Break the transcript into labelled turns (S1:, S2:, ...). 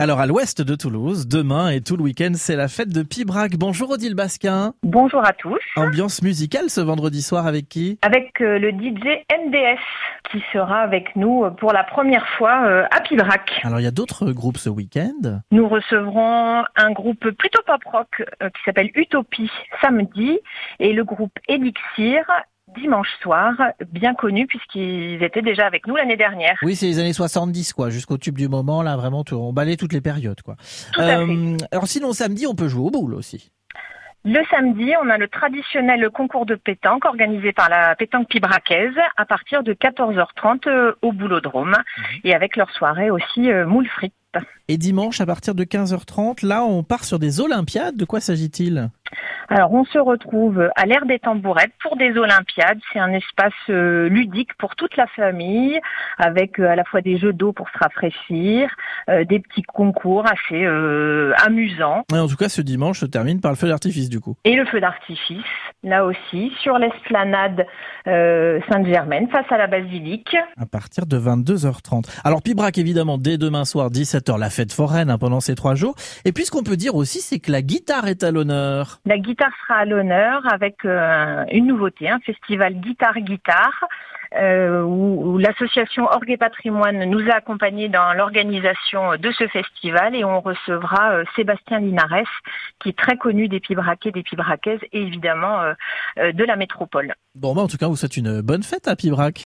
S1: Alors à l'ouest de Toulouse, demain et tout le week-end, c'est la fête de Pibrac. Bonjour Odile Basquin.
S2: Bonjour à tous.
S1: Ambiance musicale ce vendredi soir avec qui
S2: Avec euh, le DJ MDS qui sera avec nous euh, pour la première fois euh, à Pibrac.
S1: Alors il y a d'autres groupes ce week-end.
S2: Nous recevrons un groupe plutôt pop rock euh, qui s'appelle Utopie samedi et le groupe Elixir dimanche soir, bien connu puisqu'ils étaient déjà avec nous l'année dernière.
S1: Oui, c'est les années 70 quoi, jusqu'au tube du moment là, vraiment tout- on balait toutes les périodes quoi.
S2: Tout à
S1: Euh,
S2: fait.
S1: alors sinon samedi, on peut jouer au boule aussi.
S2: Le samedi, on a le traditionnel concours de pétanque organisé par la pétanque pibracaise à partir de 14h30 euh, au Boulodrome et avec leur soirée aussi euh, moule frites.
S1: Et dimanche à partir de 15h30, là on part sur des olympiades. De quoi s'agit-il
S2: Alors, on se retrouve à l'ère des tambourettes pour des Olympiades. C'est un espace euh, ludique pour toute la famille, avec euh, à la fois des jeux d'eau pour se rafraîchir, euh, des petits concours assez euh, amusants,
S1: Ouais, En tout cas, ce dimanche se termine par le feu d'artifice du coup.
S2: et le feu d'artifice, là aussi, sur l'esplanade euh, Sainte-Germaine, face à la basilique.
S1: à partir de 22h30. Alors Pibrac évidemment dès demain soir 17h la fête foraine hein, pendant ces trois jours. Et puis ce qu'on peut dire aussi c'est que la guitare est à l'honneur.
S2: La guitare sera à l'honneur avec euh, une nouveauté, un festival Guitare Guitare, euh, où, où l'association Orgue et Patrimoine nous a accompagnés dans l'organisation de ce festival et on recevra euh, Sébastien Linares, qui est très connu des Pibraquais, des Pibraquaises et évidemment euh, euh, de la métropole.
S1: Bon bah en tout cas on vous souhaite une bonne fête à Pibrac.